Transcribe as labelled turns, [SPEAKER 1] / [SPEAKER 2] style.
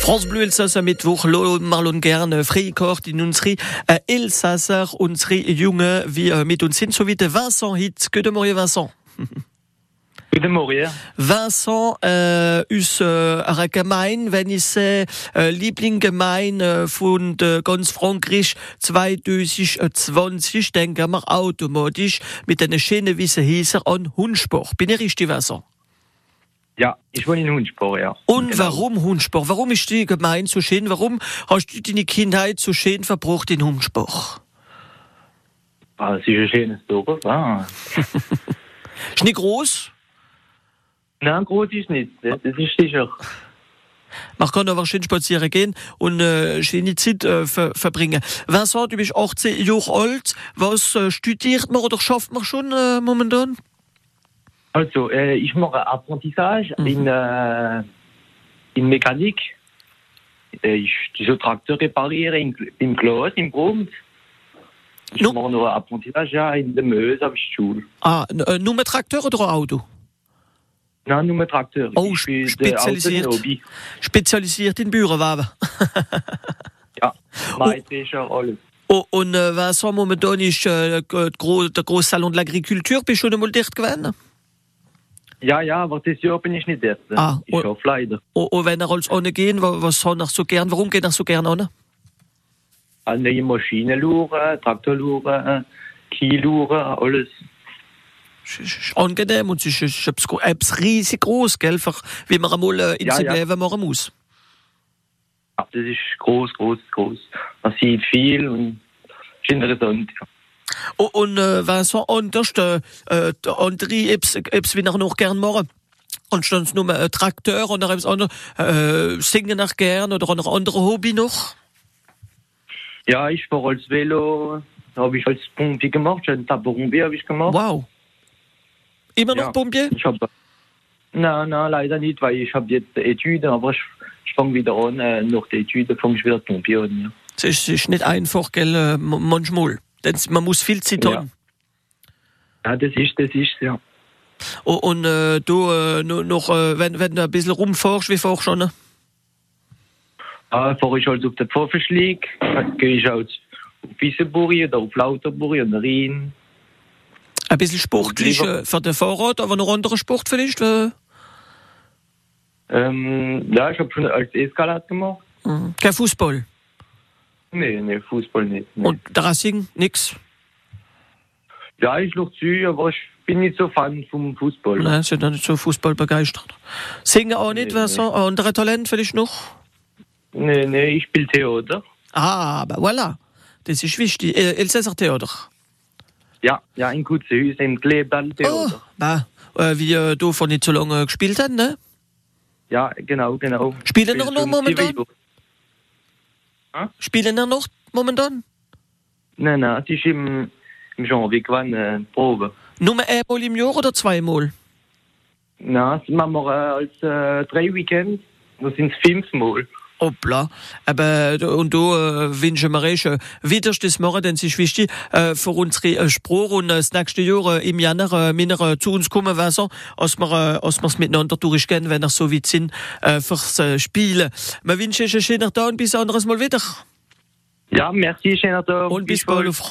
[SPEAKER 1] France Bleu Elsass Mittwoch, Marlon Gern, Freikort in unsere äh, Elsasser, unsere Junge, wie äh, mit uns sind, so wie der Vincent Hitz. Guten Morgen, Vincent.
[SPEAKER 2] Guten Morgen.
[SPEAKER 1] Vincent äh, ist äh, eine Gemeinde, wenn ich sehe, äh, Lieblinggemeinde von äh, ganz Frankreich 2020, denken wir automatisch mit einer schönen Wiese Hieser an Hundsport. Bin ich richtig, Vincent?
[SPEAKER 2] Ja, ich wohne in Hundspor, ja.
[SPEAKER 1] Und warum Hundsport? Warum ist die Gemeinde so schön? Warum hast du deine Kindheit so schön verbracht in Hundsport?
[SPEAKER 2] Ah, es ist ein schönes Dorf. Ah.
[SPEAKER 1] Ist nicht groß,
[SPEAKER 2] Nein, groß ist nicht, das das ist sicher.
[SPEAKER 1] man kann aber schön spazieren gehen und äh, schöne Zeit äh, ver verbringen. Vincent, du bist 18 Jahre alt. Was äh, studiert man oder schafft man schon äh, momentan?
[SPEAKER 2] Also, äh, ich mache Apprentissage
[SPEAKER 1] Mhm.
[SPEAKER 2] in, äh, in Mechanik. Äh, Ich so Traktor repariere in, im Glas, im Brumm. Ich
[SPEAKER 1] No.
[SPEAKER 2] mache noch ein Apprentissage, ja, in der Meuse auf der Schule.
[SPEAKER 1] Ah, n- äh, nur mit Traktor oder ein Auto?
[SPEAKER 2] Nein, nur mit Traktor.
[SPEAKER 1] Oh,
[SPEAKER 2] ich bin der
[SPEAKER 1] spezialisiert.
[SPEAKER 2] Autonobi.
[SPEAKER 1] Spezialisiert in Bürenwaben.
[SPEAKER 2] Ja, Maisfischer, alles.
[SPEAKER 1] Oh, und äh, Vincent, momentan ist äh, der Gro- der grosse Salon de l'Agriculture. Bist du schon einmal dort gewesen?
[SPEAKER 2] Ja, ja, aber dieses Jahr bin ich nicht der Erste.
[SPEAKER 1] Ah,
[SPEAKER 2] ich
[SPEAKER 1] und-
[SPEAKER 2] hoffe leider.
[SPEAKER 1] Oh, oh, wenn er als ohne gehen, wa- was hat er so gern? Warum geht er so gern ohne?
[SPEAKER 2] An neue Maschinen schauen, Traktor schauen, Kiel schauen, alles.
[SPEAKER 1] Es ist- es ist angenehm und es ist- es ist etwas gro- etwas riesig groß, gell, für, wie man einmal äh, in
[SPEAKER 2] Ja,
[SPEAKER 1] seinem
[SPEAKER 2] ja.
[SPEAKER 1] Leben machen muss.
[SPEAKER 2] Ja, das ist groß, groß, groß. Man sieht viel und ist interessant. ja.
[SPEAKER 1] Oh, und äh, Vincent, anders, äh, äh, der andere, ob's, ob's wie er noch gern machen. Und sonst nur äh, Trakteur oder etwas anderes, äh, singen nach gern oder ein anderes Hobby noch.
[SPEAKER 2] Ja, ich fahre als Velo, habe ich als Pompier gemacht, schon Tabarumbi habe ich gemacht.
[SPEAKER 1] Wow. Immer noch
[SPEAKER 2] Ja.
[SPEAKER 1] Pompier?
[SPEAKER 2] Ich habe. Nein, nein, leider nicht, weil ich habe jetzt Etüden, aber ich, ich fange wieder an, äh, nach der Etüde fange ich wieder Pompier an. Ja.
[SPEAKER 1] Es ist, ist nicht einfach, gell, äh, m- manchmal. Denn man muss viel Zeit
[SPEAKER 2] Ja.
[SPEAKER 1] haben.
[SPEAKER 2] ja, das ist, das ist, ja.
[SPEAKER 1] Oh, und äh, du äh, no- noch, äh, wenn, wenn du ein bisschen rumfährst, wie fährst du schon? ne?
[SPEAKER 2] Ja, fahre ich halt auf der Pfafferschlieg, dann gehe ich halt auf Wissenburg oder auf Lauterburg und Rhein.
[SPEAKER 1] Ein bisschen sportlich
[SPEAKER 2] Lieber-
[SPEAKER 1] äh, für den Fahrrad, aber noch anderer Sport vielleicht? Äh,
[SPEAKER 2] Ähm, ja, ich habe schon als Eskalat gemacht.
[SPEAKER 1] mhm. kein Fußball.
[SPEAKER 2] Nee, nee, Fußball nicht. Nee.
[SPEAKER 1] Und Racing, nix.
[SPEAKER 2] ja, ich schaue zu, aber ich bin nicht so Fan vom Fußball.
[SPEAKER 1] Nein, sind ja nicht so Fußball begeistert. Singen auch nicht,
[SPEAKER 2] Nee,
[SPEAKER 1] was nee. andere Talent vielleicht noch?
[SPEAKER 2] Nee, nee, ich spiele Theater.
[SPEAKER 1] Ah, aber voilà. Das ist wichtig. Äh, Elsässer Theater.
[SPEAKER 2] Ja, ja, in Kutzehüs, im Kleeball
[SPEAKER 1] Oh,
[SPEAKER 2] Theater.
[SPEAKER 1] bah, äh, wie äh, du vor nicht so lange gespielt hast, ne?
[SPEAKER 2] Ja, genau, genau.
[SPEAKER 1] Spielt er noch
[SPEAKER 2] Bis
[SPEAKER 1] noch
[SPEAKER 2] zum
[SPEAKER 1] momentan?
[SPEAKER 2] Zivil.
[SPEAKER 1] Spielen er noch momentan?
[SPEAKER 2] Nein, nein, es ist im, im Janvier gewann, äh, Probe.
[SPEAKER 1] Nur einmal im Jahr oder zweimal?
[SPEAKER 2] Nein, das machen wir äh, als äh, drei Weekends. Das sind fünfmal.
[SPEAKER 1] Hoppla. Aber, äh, und du äh, wünschen wir euch äh, wieder das machen, denn es ist wichtig äh, für unsere äh, Sprache und äh, das nächste Jahr äh, im Januar äh, wir äh, zu uns kommen werden, als wir, äh, als wir es miteinander durchgehen, wenn wir so weit sind, äh, fürs äh, Spielen. Wir wünschen euch einen schönen Tag und bis anderes Mal wieder.
[SPEAKER 2] Ja, merci, schöner Tag.
[SPEAKER 1] Und bis bald auf